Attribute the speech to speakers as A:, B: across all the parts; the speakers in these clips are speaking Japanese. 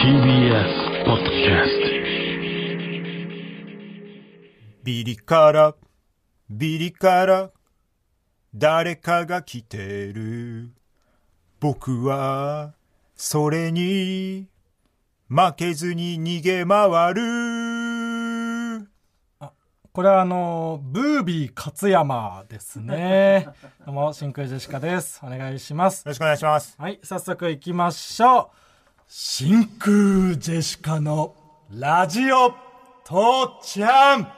A: TBS ポッドキャスト
B: ビリから、ビリから、誰かが来てる。僕は、それに、負けずに逃げ回る。
C: これはあのブービー勝山ですね。どうも真空ジェシカです。お願いします
B: よ。ろしくお願いします。
C: はい、早速行きましょう。真空ジェシカのラジオ父ちゃん。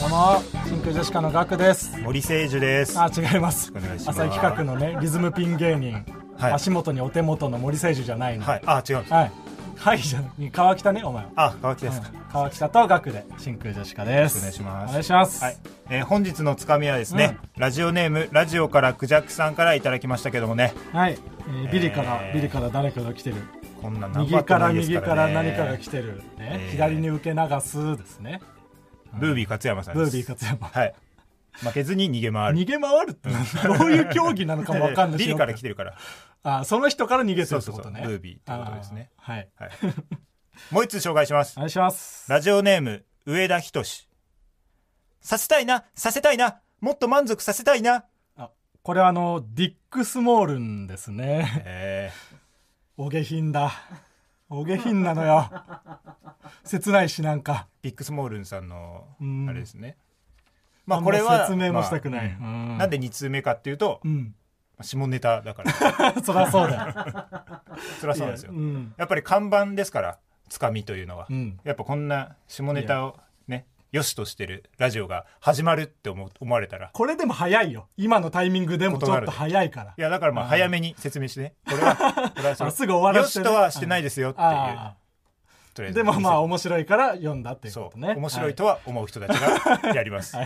C: どうも真空ジェシカのガクです。
B: 森誠樹です。
C: あ、違います。
B: お願いします
C: 朝日企画のねリズムピン芸人、
B: はい
C: 足元にお手元の森誠樹じゃないの。
B: はい。あ、違うんです。
C: はい。はいじゃない川北ね、お前は。
B: あ、川木ですか。
C: 川北と学で真空女子科です。
B: お願いします
C: お願いします。
B: はい。えー本日のつかみはですね、ラジオネーム、ラジオからクジャクさんからいただきましたけどもね、
C: はい。えービリから、
B: えー
C: ビリから誰かが来てる。
B: こんな何
C: 右から右から何かが来てる。ね
B: えー
C: 左に受け流すですね。
B: ブービー勝山さん
C: ブ
B: です。
C: ービー勝山。
B: はい。負けずに逃げ回る。
C: 逃げ回る ってどういう競技なのかもわかんないし。
B: ビリから来てるから。
C: あ、その人から逃げてるってこと
B: そうそう
C: ね。
B: そうブービーってことですね
C: あーはい。
B: はい。もう一つ紹介します
C: お。願いします。
B: ラジオネーム、上田仁志。させたいな、させたいな、もっと満足させたいな。
C: あこれはあの、ディック・スモールンですね。
B: え
C: お下品だ。お下品なのよ。切ないしなんか。
B: ー、ビッグスモールンさんの
C: ん、
B: あれですね。まあ
C: あん
B: こ
C: ま
B: れは、
C: 説明もしたくない
B: まあ
C: うん
B: うんなんで2通目かっていうと
C: う、ん。
B: 下ネタだ から、
C: そりゃそうだよ。
B: 辛そうなんですよ
C: いや。ん。
B: やっぱり看板ですから、つかみというのは
C: うん。
B: やっぱこんな下ネタをね、よしとしてるラジオが始まるって思う思われたら、
C: これでも早いよ。今のタイミングでもちょっと早いから
B: い。やだからまあ早めに説明してね。これは、これはその
C: あすぐ終わらせてね
B: よしとはしてないですよっていう。
C: あ
B: とりあえ
C: あ。
B: ず
C: でもまあ面白いから読んだっていう
B: そ
C: こと
B: う、
C: ね。
B: 面白いと
C: は
B: は思う人たちがやります。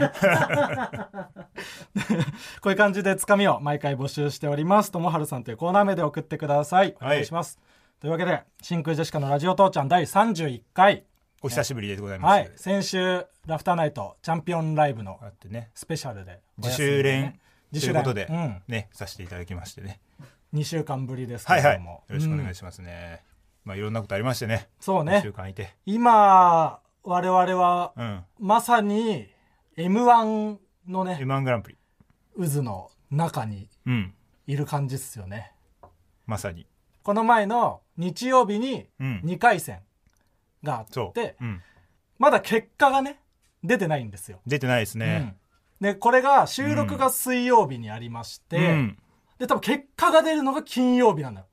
C: こういう感じでつかみを毎回募集しております。ともはるさんというコーナー名で送ってください。お願いします。というわけで、真空ジェシカのラジオ父ちゃん第31回。
B: お久しぶりでございます。
C: はい。先週、ラフターナイトチャンピオンライブの
B: あってね、
C: スペシャルでお
B: 自
C: 休
B: 主
C: みでね。
B: 練とい
C: 自主
B: う
C: 練
B: ことで、
C: うん
B: ね、させていただきましてね。
C: 2週間ぶりですけ
B: は
C: れ
B: いはい。
C: ども。
B: よろしくお願い
C: す。
B: しますね。まあいろんなことありましてね。
C: そう
B: 一
C: ね
B: 週。間いて。
C: 今、我々は
B: うん。
C: まさに M1 のね、
B: M1 グランプリ。
C: 渦の中に
B: うん。
C: いる感じっすよね。
B: まさに。
C: この前の日曜日に
B: うん
C: 2回戦があ
B: そ
C: っ
B: う。
C: て、
B: うん。
C: まだ結果がね、出てないんですよ。
B: 出てないですね。
C: うんで、これが収録が水曜日にありまして、
B: うん。
C: で、多分結果が出るのが金曜日なのよ。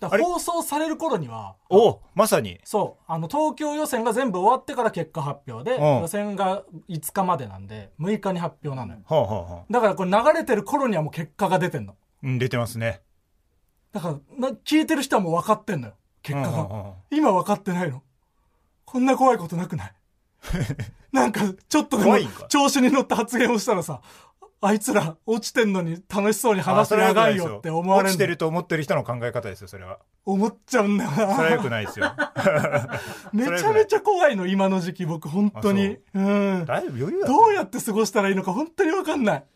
C: だか
B: あれ
C: ら放送される頃には、
B: おまさに。
C: そう、あの、東京予選が全部終わってから結果発表で、
B: うん
C: 予選が5日までなんで、6日に発表なのよ。
B: はあはあはあ
C: だからこれ流れてる頃にはもう結果が出てんの。
B: うん、出てますね。
C: だから、な聞いてる人はもう分かってんのよ。結果
B: うんうんうん
C: が。今分かってないの。こんな怖いことな くないなんか、ちょっとでも
B: 怖いんか、
C: 調子に乗った発言をしたらさ、あいつら落ちてんのに楽しそうに話す
B: あそれは良く
C: 長
B: ないです
C: よって思われ
B: 落
C: る
B: ちてると思ってる人の考え方ですよ、それ は。
C: 思っちゃうんだよ
B: それは
C: な。
B: 良くないですよ。
C: めちゃめちゃ怖いの、今の時期僕、本当に。うん。
B: だいぶ余裕だ
C: どう
B: っ
C: やって過ごしたらいいのか本当に分かんない。
B: た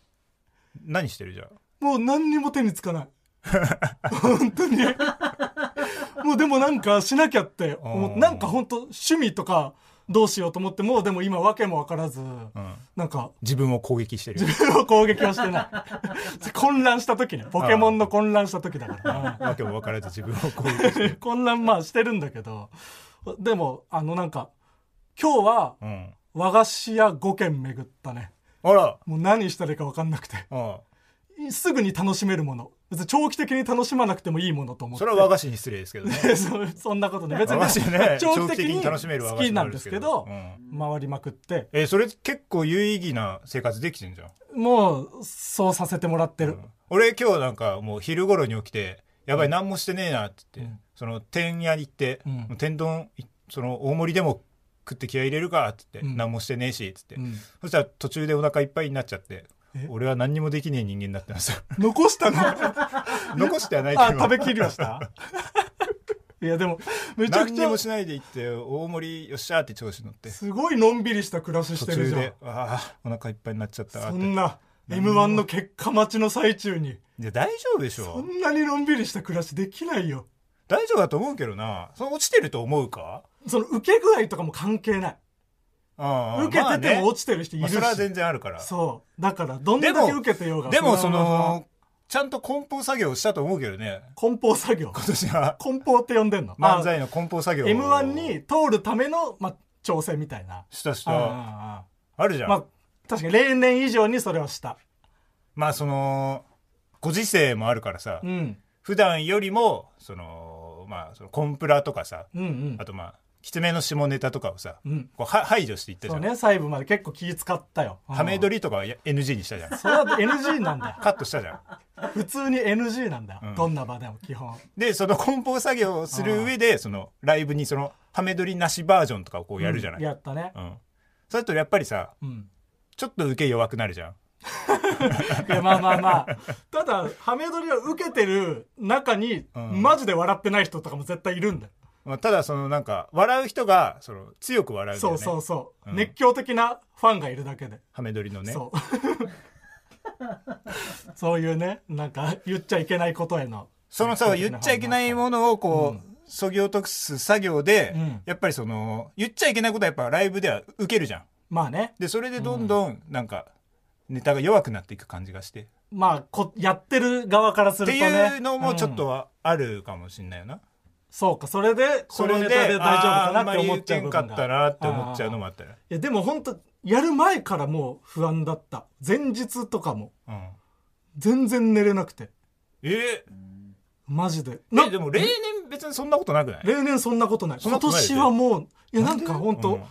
B: 何してるじゃん。
C: もう何にも手につかない。本当に。もうでもなんかしなきゃって思
B: う
C: っ、
B: ん
C: なんか本当趣味とかどうしようと思って、もうでも今わけもわからず、
B: うん。
C: なんか、
B: 自分を攻撃してる。
C: 攻撃をしてない。混乱した時ね。ポケモンの混乱した時だから。
B: わけも分からず自分を攻撃してる。
C: 混乱まあしてるんだけど、でも、あのなんか、今日は
B: うん。
C: 和菓子屋5軒巡ったね。
B: あら、
C: もう何したらいいかわかんなくて。
B: うん。
C: すぐに楽しめるもの別に長期的に楽しまなくてもいいものと思っ
B: そ
C: て
B: れは和菓子に失礼ですけどね
C: そそんなことで別
B: 和菓子
C: に、
B: ね
C: 長期的
B: 長期的
C: に
B: に楽しめる和菓子
C: 好きなんですけど
B: もある
C: 回りまくって
B: えーそれ結構有意義な生活できてんじゃん
C: もうそうさせてもらってる、
B: 俺今日なんかもう昼頃に起きてやばい何もしてねえなって言って、その天屋に行って、
C: うん
B: もう天丼いその大盛りでも食って気合い入れるかって言って、
C: うん
B: 何もしてねえしって言って、
C: うん
B: そしたら途中でお腹いっぱいになっちゃって俺は何にもできねえ人間になって ますよ
C: 残したの
B: 残してはない
C: あ
B: けど
C: 食べきりはした いやでもめちゃく
B: 何
C: ち
B: に
C: ゃ
B: もしないで行って大盛りよっしゃーって調子乗って
C: すごいのんびりした暮らしし
B: 途
C: てる
B: 中
C: じゃ
B: で
C: ん
B: ああお腹いっぱいになっちゃった
C: そ
B: って
C: んな m 1の結果待ちの最中に
B: いや大丈夫でし
C: そ
B: ょ
C: んなにのんびりした暮らしできないよ
B: 大丈夫だと思うけどなその落ちてると思うか
C: その受け具合とかも関係ない
B: うん
C: 受けてて
B: ち
C: も落ちてる人い
B: ま
C: る
B: あ
C: し、
B: それは全然あるから
C: そうだからどんだけ受けてようが
B: でも
C: は
B: そのちゃんと梱包作業をしたと思うけどね
C: 梱包作業
B: 今年は
C: 梱包って呼んでんの
B: 漫才の梱包作業
C: m 1に通るための、まあ、調整みたいな
B: したし
C: うんうんうん
B: た
C: ま
B: あるじゃん
C: あ確かに例年以上にそれをした
B: まあそのご時世もあるからさ
C: うん
B: 普段よりもそのまあそのコンプラとかさ
C: うんうん
B: あとまあきつめの下ネタとかをさ
C: うん
B: こうは排除していったじ
C: そ
B: ゃ
C: うんね細部まで結構気使ったよ
B: ハメ撮
C: り
B: りとかはや NG にした じゃん
C: それは NG なんだよ
B: カットしたじゃん
C: 普通に NG なんだよ、
B: ん
C: どんな場でも基本
B: でその梱包作業をする上でそのライブにそのハメ撮りなしバージョンとかをこうやるじゃない、
C: うんやったね
B: うん、それとやっぱりさ
C: うん
B: ちょっと受け弱くなるじゃん
C: いやまあまあまあただハメ撮りを受けてる中に、
B: うん
C: マジで笑ってない人とかも絶対いるんだよ、
B: まあ、ただそのなんか笑う人がその強く笑うんだよ
C: そ
B: ね
C: うそうそう、
B: うん
C: 熱狂的なファンがいるだけで、
B: ハメ撮りのね
C: そう そういうねなんか言っちゃいけないことへの
B: そのさ言っちゃいけないものをこう、そぎ落とす作業で、
C: うん
B: やっぱりその言っちゃいけないことはやっぱライブでは受けるじゃん
C: まあね
B: でそれでどんどんなんかネタが弱くなっていく感じがして、
C: まあこやってる側からする
B: っ
C: と
B: て
C: ね
B: いうのもちょっ
C: う
B: と
C: ん
B: はあるかもしんないよな、
C: そうかそれでこ
B: そ
C: の
B: れ
C: ネ
B: で
C: タで大丈夫かなっ
B: あーあんま
C: て思っちゃう
B: り言えてん
C: 部
B: か
C: 分
B: っ
C: が
B: たなって思っちゃうのもあったよ、
C: いやでも本当やる前からもう不安だった前日とかも
B: うん、
C: 全然寝れなくて
B: え
C: マジで
B: ー
C: な
B: えでも例年別にそんなことなくない
C: 例年そんなことない
B: そんな
C: 今
B: ことない
C: 年はもういやなんか
B: なんで
C: 本当、
B: うん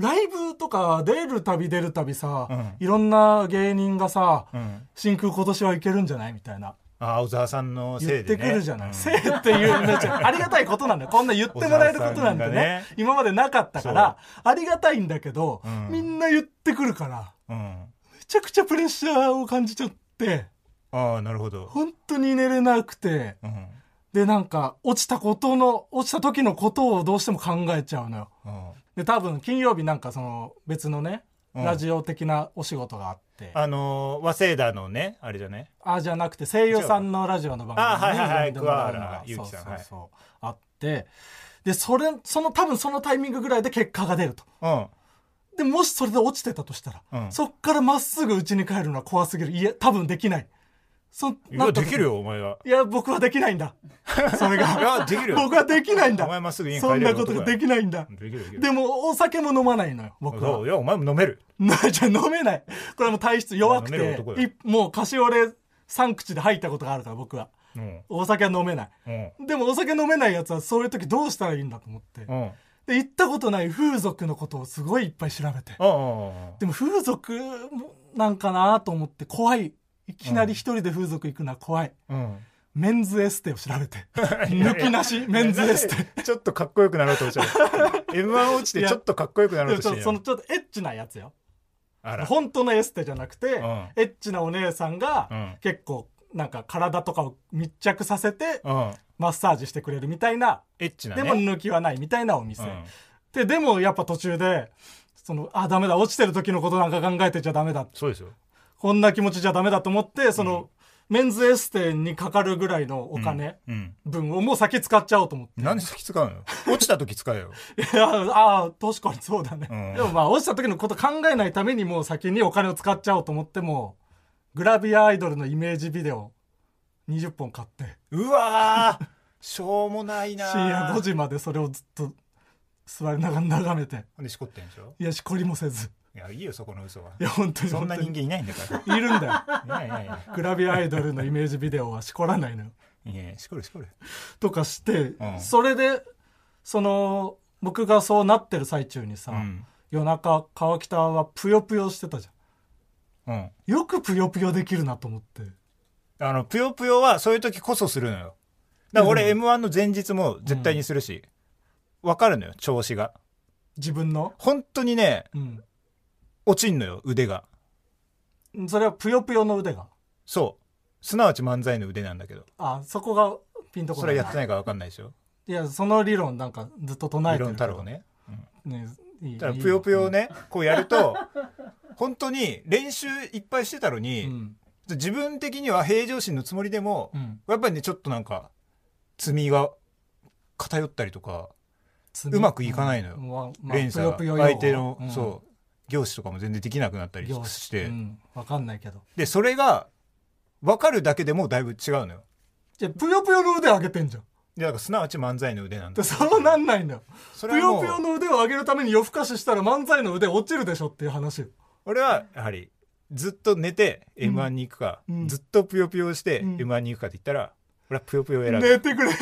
C: ライブとか出るたび出るたびさ、
B: うん
C: いろんな芸人がさ、
B: うん
C: 真空今年はいけるんじゃないみたいな
B: あー小沢さんのせ
C: 言
B: い
C: っ
B: で、ね、
C: てくるじゃない、
B: うん
C: せいっていうめちゃありがたいことなんだよこんな言ってもらえることなん
B: 小
C: て
B: 沢さん
C: ね
B: がね
C: 今までなかったからありがたいんだけど、
B: ん
C: みんな言ってくるから
B: うん、
C: めちゃくちゃプレッシャーを感じちゃって
B: ああなるほど、
C: 本当に寝れなくて
B: うん
C: でなんか落ちたことの落ちた時のことをどうしても考えちゃうのよ
B: うん、
C: で多分金曜日なんかその別のね、
B: うん
C: ラジオ的なお仕事があって
B: あのー、早稲田のねあれじゃね
C: あじゃなくて声優さんのラジオの番組
B: あはいはいはい
C: 呼んでもらうのが
B: 桑原ゆうきさん
C: そうそうそうあってでそれその多分そのタイミングぐらいで結果が出ると
B: うん
C: でもしそれで落ちてたとしたら、
B: うん
C: そっからまっすぐ家に帰るのは怖すぎるいや多分できないそ
B: い
C: な
B: や
C: った
B: で
C: 時
B: きるよお前はい
C: や僕はできないんだそ れ
B: い
C: が
B: やできるよ
C: 僕はできないんだ
B: お前まっすぐ家に帰
C: そ
B: れ
C: ん
B: る
C: なことが
B: 男だ
C: できないんだ
B: できるよできる
C: でもお酒も飲まないのよ僕は
B: そういやお前も飲める
C: なじゃあ飲めないこれはもう体質弱く
B: 飲める
C: て
B: 男よ
C: いもうカシオレ3口で入ったことがあるから僕は
B: うん
C: お酒は飲めない
B: うん
C: でもお酒飲めないやつはそういう時どうしたらいいんだと思って
B: うん
C: で行ったことない風俗のことをすごいいっぱい調べて
B: うん
C: でも風俗もなんかなと思って怖いいきなり一人で風俗行くのは怖い、
B: うん
C: メンズエステを調べて 抜きなしメンズエステ
B: ちょっとかっこよくなろうとしてる M1 落ちてちょっとかっこよくなろうとして
C: そ
B: るやん
C: そのちょっとエッチなやつよ
B: あら
C: 本当のエステじゃなくて、
B: ん
C: エッチなお姉さんが、
B: うん
C: 結構なんか体とかを密着させて、
B: うん
C: マッサージしてくれるみたいな、
B: エッチな
C: で
B: ね
C: も抜きはないみたいなお店、
B: うん
C: ででもやっぱ途中でそのあダメだ落ちてる時のことなんか考えてちゃダメだ
B: そうですよ
C: こんな気持ちじゃダメだと思ってその、メンズエステにかかるぐらいのお金
B: うん
C: 分をもう先使っちゃおうと思って、
B: 何で先使うのよ落ちた時使えよ
C: いやああ確かにそうだね、
B: うん
C: でもまあ落ちた時のこと考えないためにもう先にお金を使っちゃおうと思ってもグラビアアイドルのイメージビデオ20本買って
B: うわーしょうもないな
C: 深夜5時までそれをずっと座りながら眺めて
B: ほんでしこってんでしょ
C: いやしこりもせず
B: えいやいいよそこの嘘はい
C: や本当に
B: そんな人間いないんだか
C: いるんだよ
B: らいやいや
C: グラビアアイドルのイメージビデオはしこらないのよ
B: いやいやしこるしこる
C: とかして、
B: うん
C: それでその僕がそうなってる最中にさ、
B: うん
C: 夜中川北はぷよぷよしてたじゃ
B: うん
C: んよくぷよぷよできるなと思って
B: あのぷよぷよはそういう時こそするのよだから俺 m 1の前日も絶対にするし、わかるのよ調子が
C: 自分の
B: 本当にね
C: うん
B: 落ちんのよ腕が
C: それはぷよぷよの腕が
B: そうすなわち漫才の腕なんだけど
C: あそこがピンとこ
B: そ
C: ない
B: れやってないから分かんないでしょ
C: いやその理論なんかずっと唱
B: 理
C: えてる
B: 論
C: け
B: 太
C: ど
B: 郎ね
C: ねいい
B: だか
C: い
B: ら
C: い
B: ぷよぷよをねこうやると本当に練習いっぱいしてたのに、
C: うん
B: 自分的には平常心のつもりでも、
C: うん
B: やっぱりねちょっとなんか罪が偏ったりとか
C: 罪
B: うまくいかないのよ
C: うんわまあ
B: 連鎖が
C: ぷよぷよ用
B: 相
C: 語
B: 手の、
C: うん
B: そう業種とかも全然できなくなったり
C: よし
B: して、
C: うん、わかんないけど
B: でそれが分かるだけでもうだいぶ違うのよ
C: じゃあぷよぷよの腕上げてんじゃん
B: でだからすなわち漫才の腕なん
C: で
B: だ
C: そうなんないんだよ
B: そ
C: ぷ
B: れは
C: よ
B: もう
C: ぷよの腕を上げるために夜更かししたら漫才の腕落ちるでしょっていう話よ
B: 俺はやはりずっと寝て m 1に行くか、
C: うん
B: ずっとぷよぷよして m
C: ん
B: 1に行くかって言ったら俺はぷよぷよを選ぶ、
C: 寝てくれ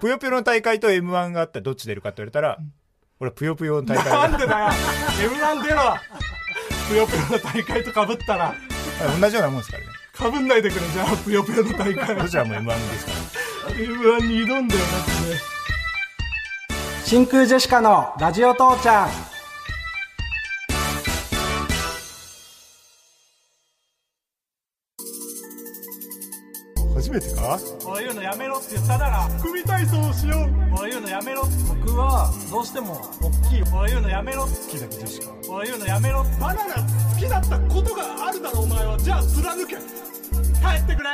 B: ぷよぷよの大会と m 1があったらどっち出るかって言われたら、俺はぷよぷよの大会
C: な
B: だ
C: んでだよ M1 出ろぷよぷよの大会とかぶったら
B: 同じようなもんですからね
C: かぶんないでくれじゃあぷよぷよの大会
B: どちらも m 1ですから
C: M1 に挑んだよなってね真空ジェシカのラジオ父ちゃん
B: 初めてか
C: こういうのやめろって言っただろ組体操をしようこういうのやめろ僕はどうしても大きいこういうのやめろ好きだけどしかこういうのやめろバナナ好きだったことがあるだろお前はじゃあ貫け帰ってくれ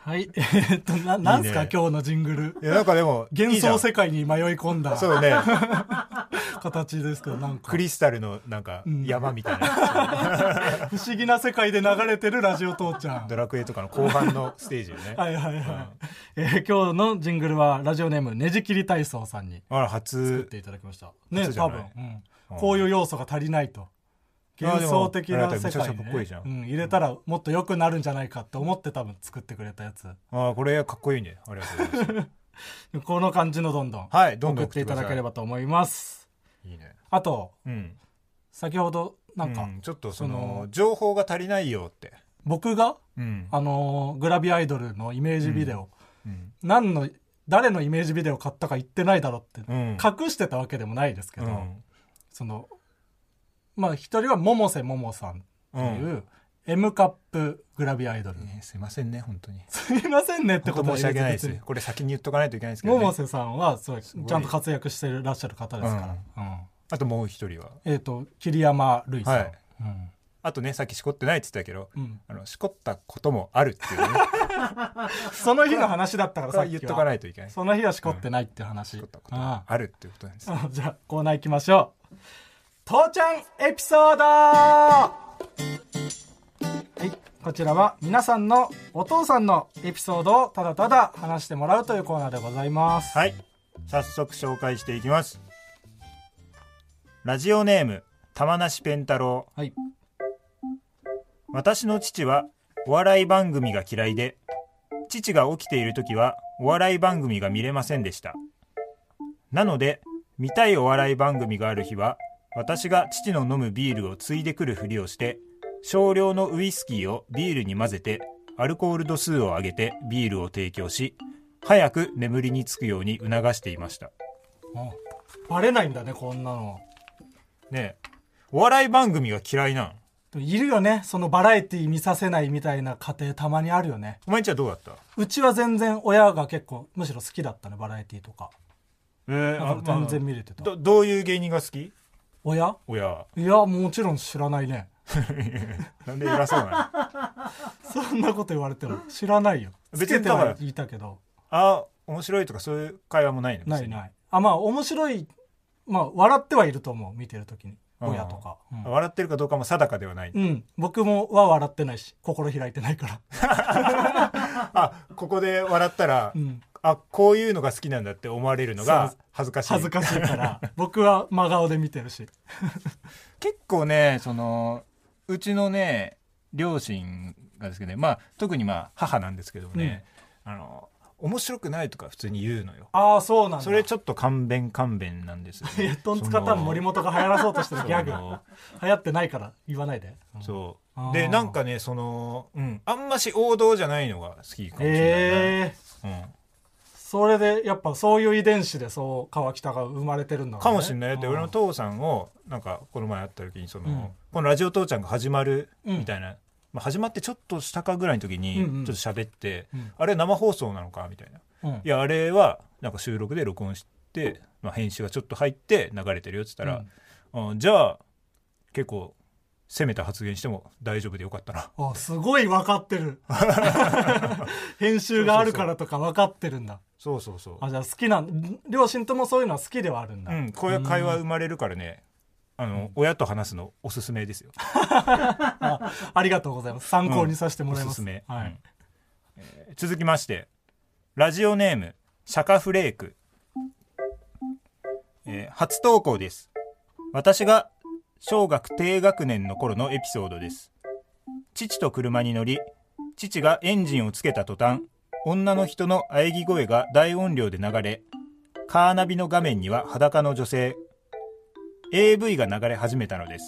C: はい、え ーっと、な、なんすか、
B: いいね
C: 今日のジングル
B: い。やなんかでも
C: 幻想世
B: 界
C: 界に迷い込んだ
B: そう ね
C: 形ですけど、なんか
B: ク、リスタルのなんか山みたいな、
C: 不思議な世界で流れてるラジオ父 ちゃん。
B: ドラクエとかの後半のステージよね
C: はいはいはい。えー今日のジングルは、ラジオネーム、ねじ切り体操さんに
B: あら
C: 作っ
B: 初
C: ていただきました。ね、
B: 初じゃ
C: 多
B: ない
C: 分、うんこういう要素が足りないと。幻想的な世
B: あでもあ
C: 界
B: れだったらめちゃくちゃかっこいい
C: に
B: じゃ
C: ね
B: ん
C: うん入れたらもっと良くなるんじゃないかって思って多分作ってくれたやつ。
B: あこれかっこいいねありがとうございます
C: この感じのどんどん
B: はいどん
C: 送
B: どん
C: っていただければと思います。
B: いいね
C: あと、
B: うん
C: 先ほどなんか、
B: うんちょっとそ
C: そ
B: の
C: の
B: 情報が足りないよって
C: 僕が、
B: うん
C: あのーグラビアアイドルのイメージビデオ、
B: うん
C: 何の誰のイメージビデオ買ったか言ってないだろって、
B: うん
C: 隠してたわけでもないですけ
B: う
C: ど、
B: ん
C: そのまあ一人は百瀬ももさんっていう、
B: う
C: M カップグラビアアイドル、
B: ねすいませんね本当に
C: すいませんねってこ
B: 本当
C: とは
B: 申し訳ないです
C: 別に
B: これ先に言っとかないといけないですけど、
C: 百
B: ね、
C: 瀬さんはそうち
B: ごい
C: ゃんと活躍してらっしゃる方ですから、うん
B: あともう一人は
C: えっ、と桐山瑠衣さん、
B: はい
C: うん
B: あとねさっきしこってないって言ってたけど、
C: うん
B: あのしこったこともあるっていうね
C: その日の話だったか
B: こ
C: ら
B: れ
C: さっ
B: は
C: き
B: 言
C: は
B: っとかないといけないし
C: その日はしこってないっていう話、
B: こったこともあるっていうことなんです
C: じゃあコーナー行きましょう。父ちゃんエピソードはい、こちらは皆さんのお父さんのエピソードをただただ話してもらうというコーナーでございます。
B: はい早速紹介していきますラジオネーム玉梨ペン太郎
C: はい。
B: 私の父はお笑い番組が嫌いで父が起きている時はお笑い番組が見れませんでしたなので見たいお笑い番組がある日は私が父の飲むビールをついでくるふりをして少量のウイスキーをビールに混ぜてアルコール度数を上げてビールを提供し早く眠りにつくように促していました
C: あバレないんだね、こんなの。
B: ねえお笑い番組が嫌いなん
C: でもいるよね、そのバラエティ見させないみたいな家庭たまにあるよね。
B: お前んちはどうだった
C: うちは全然親が結構、むしろ好きだったね、バラエティとか。
B: えー
C: だから全然見れてた。
B: どどういう芸人が好き
C: 親
B: 親
C: いや、もちろん知らないね。
B: なんで偉そうなの
C: そんなこと言われても知らないよ。つ
B: 別に
C: けてはいたけど、
B: あ面白いとかそういう会話もないの
C: ない
B: い、
C: ない。あ、まあ面白い、まあ笑ってはいると思う、見てるときに。
B: うん
C: 親とか。うん
B: 笑ってるかどうかも定かではない、
C: うん、僕もは笑ってないし、心開いてないから。
B: あここで笑ったら、
C: ん
B: あこういうのが好きなんだって思われるのが
C: そう
B: 恥ずかしい
C: 恥ずかしいから 僕は真顔で見てるし
B: 結構ねそのうちのね両親がですけどね、まあ、特にまあ母なんですけどもね、あの面白くないとか普通に言うのよ
C: ああそうなんだ
B: それちょっと勘弁勘弁なんです よ、
C: や
B: ね
C: っ、とんつかたん森本が流行らそうとしてるギャ グ
B: その
C: 流行ってないから言わないで
B: そう
C: あー
B: でなんかねその、うん、あんまし王道じゃないのが好きかもしれないね、
C: ええ
B: うん
C: それでやっぱそういう遺伝子でそう川北が生まれてるんだろうね
B: かもしれないって
C: うん
B: 俺の父さんをなんかこの前会った時にその、
C: うん
B: この「ラジオ父ちゃん」が始まるみたいな、まあ、始まってちょっとしたかぐらいの時に
C: うんうん
B: ちょっと喋って、
C: うん
B: あれ生放送なのかみたいな、
C: うん
B: いやあれはなんか収録で録音して、まあ、編集がちょっと入って流れてるよっつったら、あじゃあ結構攻めた発言しても大丈夫でよかったな
C: あすごい分かっ てる編集があるからとか分かってるんだ
B: そうそうそう
C: あじゃあ好きなん両親ともそういうのは好きではあるんだ、
B: うん、こういう会話生まれるからね、あの親と話すのおすすめですよ
C: あありがとうございます参考にさせてもらいます、
B: おすすめ
C: は
B: うん
C: い、
B: 続きましてラジオネームシャカフレーク、えー初投稿です私が小学低学年の頃のエピソードです父と車に乗り父がエンジンをつけた途端女の人の喘ぎ声が大音量で流れカーナビの画面には裸の女性 AV が流れ始めたのです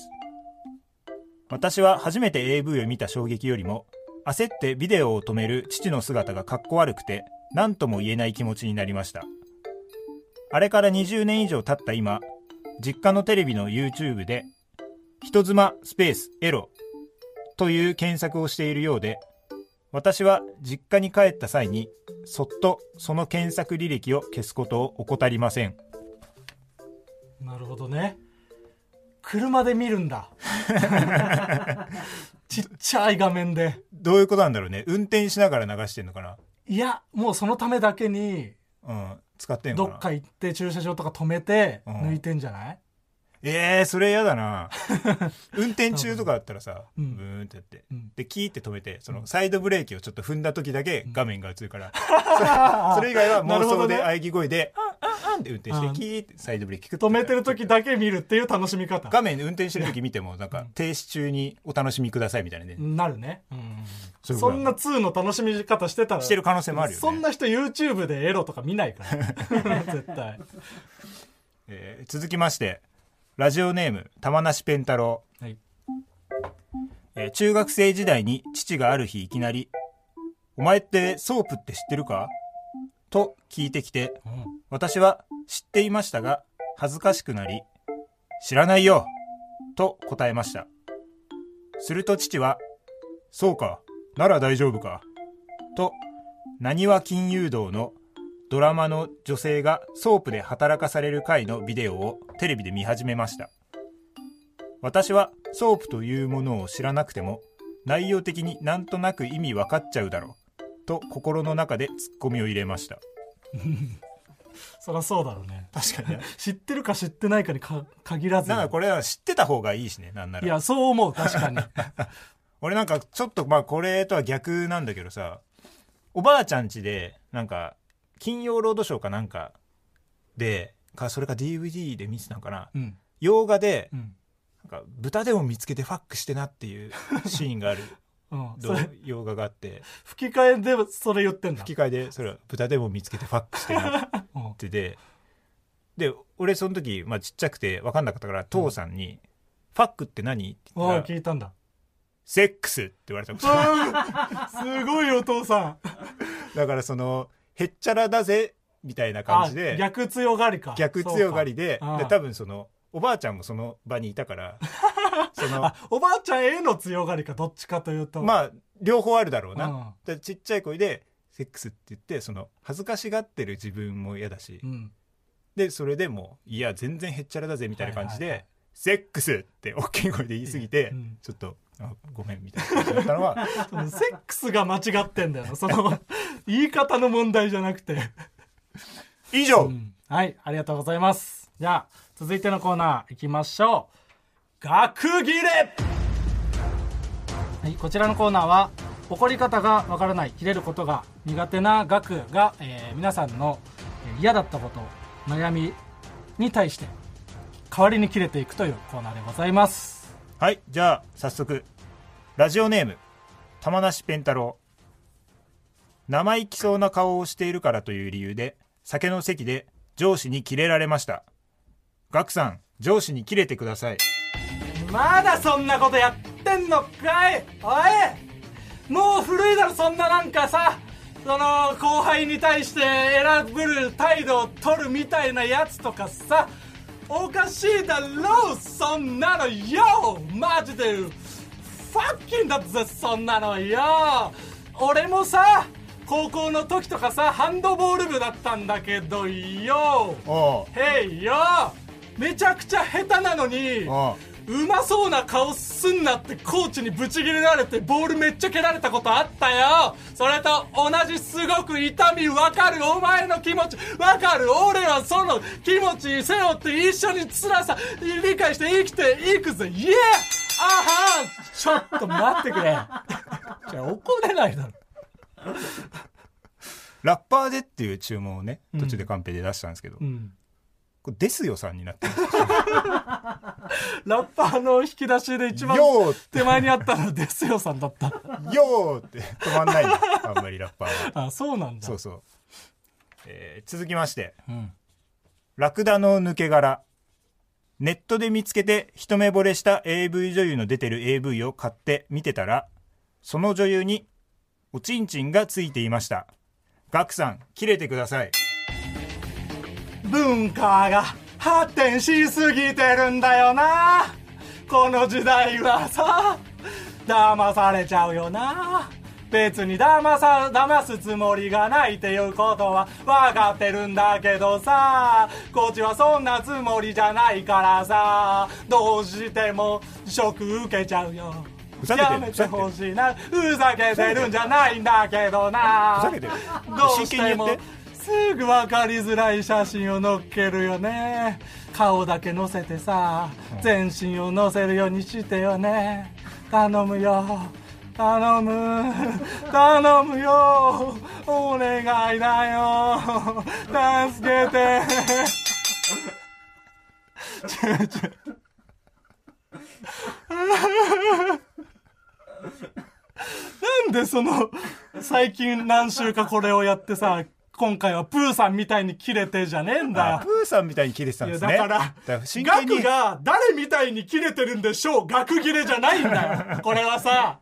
B: 私は初めて AV を見た衝撃よりも焦ってビデオを止める父の姿がかっこ悪くて何とも言えない気持ちになりましたあれから20年以上経った今実家のテレビの YouTube で「人妻スペースエロ」という検索をしているようで私は実家に帰った際にそっとその検索履歴を消すことを怠りません
C: なるほどね車で見るんだ ちっちゃい画面で
B: どういうことなんだろうね運転しながら流してんのかない
C: やもうそのためだけに
B: うん使ってんの
C: ど
B: かな
C: っか行って駐車場とか止めて
B: うん
C: 抜いてんじゃない、
B: えー、それ嫌だ な運転中とかだったらさ、
C: うん
B: ブーンってやって、
C: うん
B: でキーって止めてそのサイドブレーキをちょっと踏んだ時だけ画面が映る から、
C: あ
B: それ以外は
C: な
B: 妄
C: るほ
B: 想
C: ど
B: で
C: ね
B: 喘ぎ声で「あんあんあん」って運転して、
C: うん
B: キーってサイドブレーキくっ
C: 止めてる時だけ見るっていう楽しみ方
B: 画面運転してる時見てもなんか停止中にお楽しみくださいみたいなね、
C: なるね、
B: そういうこと
C: そんな2の楽しみ方してたら
B: してる可能性もあるよね
C: そんな人 YouTube でエロとか見ないから 絶対
B: えー続きましてラジオネーム玉梨ペン太郎
C: はい
B: えー中学生時代に父がある日いきなり「お前ってソープって知ってるか?」と聞いてきて私は知っていましたが恥ずかしくなり「知らないよ」と答えましたすると父は「そうかなら大丈夫か」となにわ金融道のドラマの女性がソープで働かされる回のビデオをテレビで見始めました私はソープというものを知らなくても内容的になんとなく意味分かっちゃうだろうと心の中でツッコミを入れました
C: そりゃそうだろうね
B: 確かに
C: 知ってるか知ってないかにか限らず
B: なんかこれは知ってた方がいいしねなんないら
C: やそう思う確 かに
B: 俺なんかちょっとまあこれとは逆なんだけどさおばあちゃん家でなんか「金曜ロードショー」かなんかでかそれか DVD で見てたのかな
C: うん
B: 洋画で
C: うん
B: なんか豚でも見つけてファックしてなって いうシーンがある
C: うん、
B: ど
C: そうれ
B: 洋画があって
C: 吹き替えでそれ言ってんだ
B: 吹き替えでそれは豚でも見つけてファックしてな
C: うん
B: ってでで俺その時、まあ、ちっちゃくて分かんなかったから父さんに「ファックって何?」って言
C: お
B: っ
C: い
B: た
C: 聞
B: ら
C: いたん だ
B: 「セックス」って言われたこと
C: すごいお父さん
B: だからその「へっちゃらだぜ」みたいな感じ
C: あ
B: で
C: 逆強がりか
B: 逆強がりで
C: そうかああ
B: で多分そのおばあちゃんもその場にいたからその
C: あおばあちゃんへの強がりかどっちかというと
B: まあ両方あるだろうな、
C: うん
B: だからちっちゃい声で「セックス」って言ってその恥ずかしがってる自分も嫌だし、
C: うん、
B: でそれでもういや全然へっちゃらだぜみたいな感じで「
C: はいはいはい
B: セックス!」って大きい声で言い過ぎて、
C: うん
B: ちょっとあごめんみたいな感じだったのは
C: そのセックスが間違ってんだよなその 言い方の問題じゃなくて、
B: 以上、
C: はいありがとうございますじゃあ続いてのコーナーいきましょう学切れはいこちらのコーナーは怒り方がわからない切れることが苦手なガクが、えー皆さんのえー嫌だったこと悩みに対して代わりに切れていくというコーナーでございます
B: はいじゃあ早速ラジオネーム玉梨ペン太郎生意気そうな顔をしているからという理由で酒の席で上司にキレられましたガクさん上司にキレてください
C: まだそんなことやってんのかいおいもう古いだろそんななんかさその後輩に対して選ぶる態度を取るみたいなやつとかさおかしいだろそんなのよマジでファッキンだぜそんなのよ俺もさ高校の時とかさハンドボール部だったんだけどよ
B: おう
C: へいよめちゃくちゃ下手なのに
B: ああ
C: うまそうな顔すんなってコーチにブチギレられてボールめっちゃ蹴られたことあったよそれと同じすごく痛みわかるお前の気持ちわかる俺はその気持ち背負って一緒に辛さ理解して生きていくぜイエーあはんちょっと待ってく れじゃあ怒れないだろ
B: ラッパーでっていう注文をね途中でカンペで出したんですけど、
C: ん
B: これですよさんになってます
C: ラッパーの引き出しで一番
B: よーって
C: 手前にあったのですよさんだった
B: よーって止まんないのあんまりラッパーは
C: あそうなんだ
B: そうそう、えー続きまして、
C: ん
B: ラクダの抜け殻ネットで見つけて一目惚れした AV 女優の出てる AV を買って見てたらその女優におちんちんがついていましたガクさん切れてください
C: 文化が発展しすぎてるんだよなこの時代はさ騙されちゃうよな別に騙さ騙すつもりがないっていうことは分かってるんだけどさこっちはそんなつもりじゃないからさどうしてもショック受けちゃうよ
B: ふざけてる
C: やめてほしいなふざけてるんじゃないんだけどな
B: ふざけてる
C: どうして
B: 真剣に
C: も
B: 言って
C: すぐ分かりづらい写真を載っけるよね顔だけ載せてさ全身を載せるようにしてよね頼むよ頼む頼むよお願いだよ助けてなんでその最近何週かこれをやってさ今回はプーさんみたいにキレてじゃねえんだよ
B: あプーさんみたいに切れてたんで
C: いや
B: す
C: だ
B: ね
C: から、
B: 真
C: ガ
B: 剣
C: ク
B: に
C: が誰みたいに切れてるんでしょう額切れじゃないんだよ。これはさ、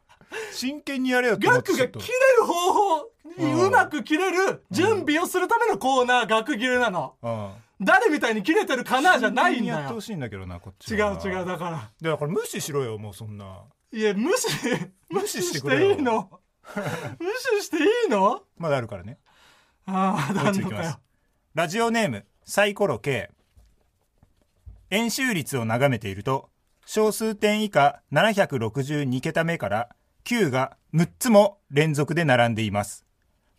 B: 真剣にやれよって思っ
C: ガ
B: て
C: ク
B: ちょ
C: が
B: っと
C: 切れる方法にうまく切れる準備をするためのコーナー、額切れなの。
B: うん
C: 誰みたいに切れてるかなじゃないん
B: や
C: だ
B: ってほ
C: よ。
B: しいんだけどなこっち
C: 違う
B: は
C: 違う、
B: だ
C: だか
B: から無視しろよもうそんな
C: ら。いや、無 視、無視
B: して
C: し
B: くれよ
C: ていいの無視していいの
B: まだあるからね
C: ああ、
B: もう
C: な
B: 一
C: ん
B: 度いき
C: のか
B: ま
C: よ
B: す。ラジオネームサイコロ K 円周率を眺めていると小数点以下762桁目から9が6つも連続で並んでいます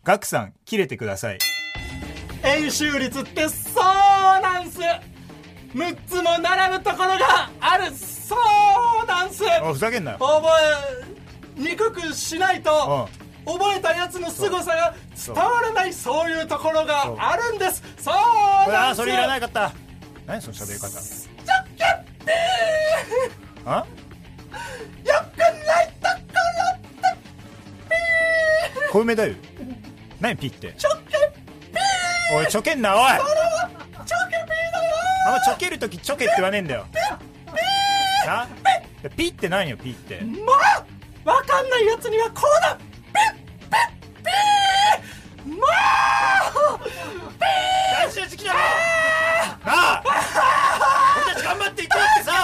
B: ガクさん切れてください
C: 円周率ってそうなんす6つも並ぶところがあるそうなんす
B: あふざけんなよ
C: 覚えにくくしないと覚えたやつの凄さが伝わらないそういうところがあるんですそう
B: あ
C: な
B: あ
C: んす
B: それいらないかった何その喋り方あ
C: よくないと
B: 小梅だよ何ピってチョケピーおいちょけんなおいあんまちょけるときちょけって言わねえんだよなピって何よピって
C: まあわかんないやつにはこうだピッピッピーまあ
B: 大事な時期だろなあ俺たち頑張っていこうってさ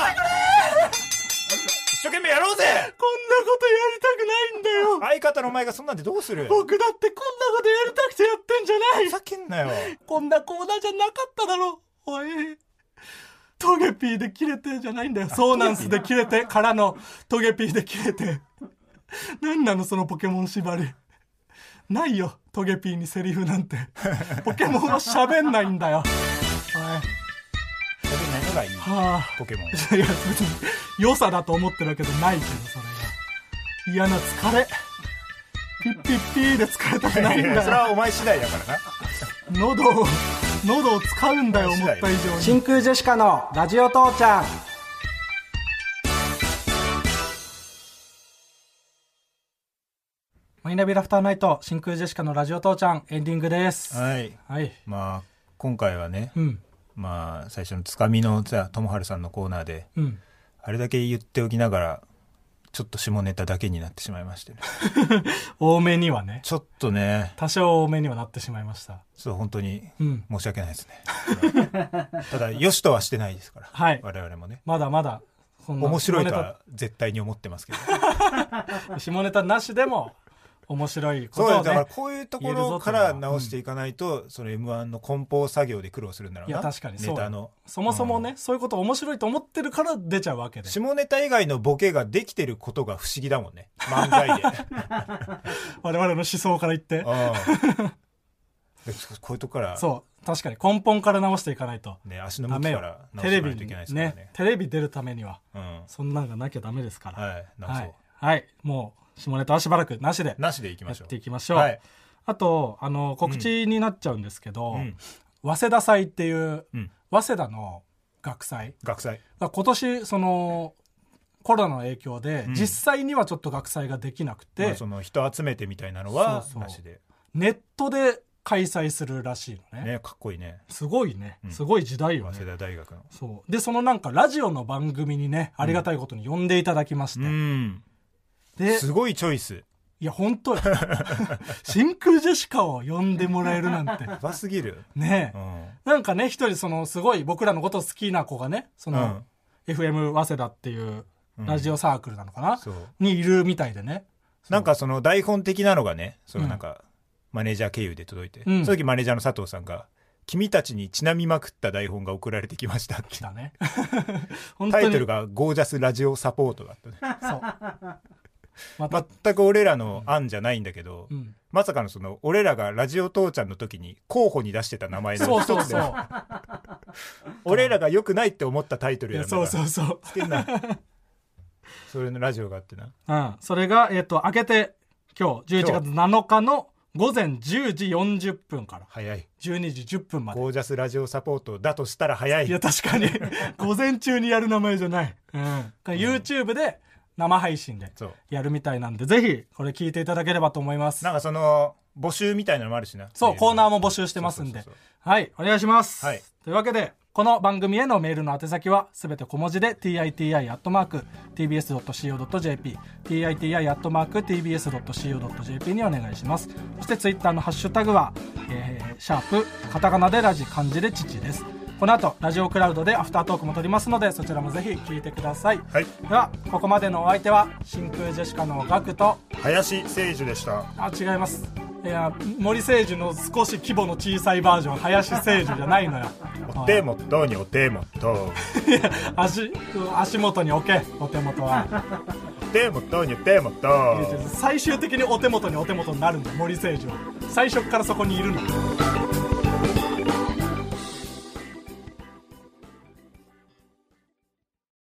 B: 一生懸命やろうぜ
C: こんなことやりたくないんだよ
B: 相方のお前がそんなんでどうする
C: 僕だってこんなことやりたくてやってんじゃない
B: ふざけんなよ
C: こんなコーナーじゃなかっただろおい。トゲピーで切れてじゃないんだよ。ソーナンスで切れてからのトゲピーで切れて。何なのそのポケモン縛り。ないよ、トゲピーにセリフなんて。ポケモンは喋んないんだよ。
B: 食べないのがいい
C: はあ。
B: ポケモン
C: いや、別に良さだと思ってるけどないけど、それが。嫌な疲れ。
D: ピッピッピーで疲れたくないん
B: い やそれ
D: だよ
B: はお前次第だからな
D: 喉を喉を使うんだよ思った以上に
C: 真空ジェシカのラジオ父ちゃんマイナビラフターナイト真空ジェシカのラジオ父ちゃんエンディングですは
B: はい
C: い
B: まあ今回はね、
C: うん
B: まあ最初のつかみのさともはるさんのコーナーで
C: うん
B: あれだけ言っておきながらちょっと下ネタだけになってしまいま してね
C: 多めにはね
B: ちょっとね
C: 多少多めにはなってしまいました
B: そう本当に
C: うん
B: 申し訳ないですね、 ただよしとはしてないですから、
C: はい
B: 我々もね
C: まだまだそんな
B: 面白いとは絶対に思ってますけ ど
C: 下ネタ下ネタなしでも面白い
B: そ
C: こ
B: う
C: と
B: だ
C: を
B: よだから
C: ね
B: こういうところから直していかないと、その m 1の梱包作業で苦労するんだろう
C: い
B: な
C: や確かにそ
B: ネ
C: う
B: タ
C: よ
B: の
C: そもそもね、そういうこと面白いと思ってるから出ちゃうわけで
B: 下ネタ以外のボケができてることが不思議だもんね漫才で。
C: 我々の思想から言っ て
B: うんでそこういうとこから、
C: そう確かに根本から直していかないと
B: ね、足の
C: ダ
B: 向
C: メ
B: きか
C: よ
B: ら直さ
C: テレ
B: な
C: ビ
B: いとい
C: に
B: けないで
C: ね
B: すからね。
C: テレビ出るためには
B: うん、
C: そんなんがなきゃダメですから
B: はい、直そう、
C: はい、はいもう下ネタはしばらくなしで
B: なしでいきま
C: やっ
B: しょう。
C: ていきましょう
B: はい
C: あとあの告知になっちゃうんですけど、
B: うん
C: 早稲田祭っていう、
B: うん
C: 早稲田の学祭
B: 学祭。
C: が今年そのコロナの影響で、
B: ん
C: 実際にはちょっと学祭ができなくて、
B: まあ、その人集めてみたいなのは
C: そうそう
B: なしで。
C: ネットで開催するらしいのね
B: ね、かっこいいね。
C: すごいね、
B: ん
C: すごい時代よ
B: 早稲
C: ね
B: 田大学の。
C: そうでそのなんかラジオの番組にねありがたいことに呼んでいただきまして、
B: うん。
C: です
B: ごいチョイス。
C: いや 本当よ真空ジェシカを呼んでもらえるなんて
B: やばすぎる。
C: ね
B: う
C: え、
B: ん。
C: なんかね一人そのすごい僕らのこと好きな子がねその、FM 早稲田っていうラジオサークルなのかな、
B: そう。
C: にいるみたいでね
B: なんかその台本的なのがね、そのなんか、マネージャー経由で届いて、
C: うん
B: その時マネージャーの佐藤さんが、君たちにちなみまくった台本が送られてきましたって
C: 来たね 本当
B: タ
C: に
B: イトルが「ゴージャスラジオサポート」だったね
C: そう また、
B: 全く俺らの案じゃないんだけど、
C: うん、
B: まさかのその俺らがラジオ父ちゃんの時に候補に出してた名前
C: そ
B: の
C: うそ
B: 一
C: う
B: つ
C: そ
B: で
C: う
B: 俺らが良くないって思ったタイトル
C: い
B: や
C: や
B: ん
C: そう
B: う
C: そうそう
B: それのラジオがあってな
C: うん、それが、えっと明けて今日11月7日の午前10時40分から
B: 早い
C: 12時10分まで
B: ゴージャスラジオサポートだとしたら早い
C: いや確 かに午前中にやる名前じゃない、うん、YouTube で生配信で
B: そう
C: やるみたいなんでぜひこれ聞いていただければと思います
B: なんかその募集みたいなのもあるしな
C: そうコーナー
B: も
C: も募集してますんで
B: そうそうそう
C: はいお願いします、
B: はい
C: というわけでこの番組へのメールの宛先はすべて小文字で titi.tbs.co.jp titi.tbs.co.jp にお願いしますそしてツイッターのハッシュタグは、えーシャープカタカナでラジ漢字で父ですこの後ラジオクラウドでアフタートークも撮りますのでそちらもぜひ聞いてください、
B: はい
C: ではここまでのお相手は真空ジェシカのガクと
B: 林誠樹でした
C: あ違いますいや森聖樹の少し規模の小さいバージョン林聖樹じゃないのよ
B: お手元にお手 元
C: いや足足元に置けお手元は
B: お手元にお手元
C: 最終的にお手元にお手元になるんだよ森聖樹は最初っからそこにいるの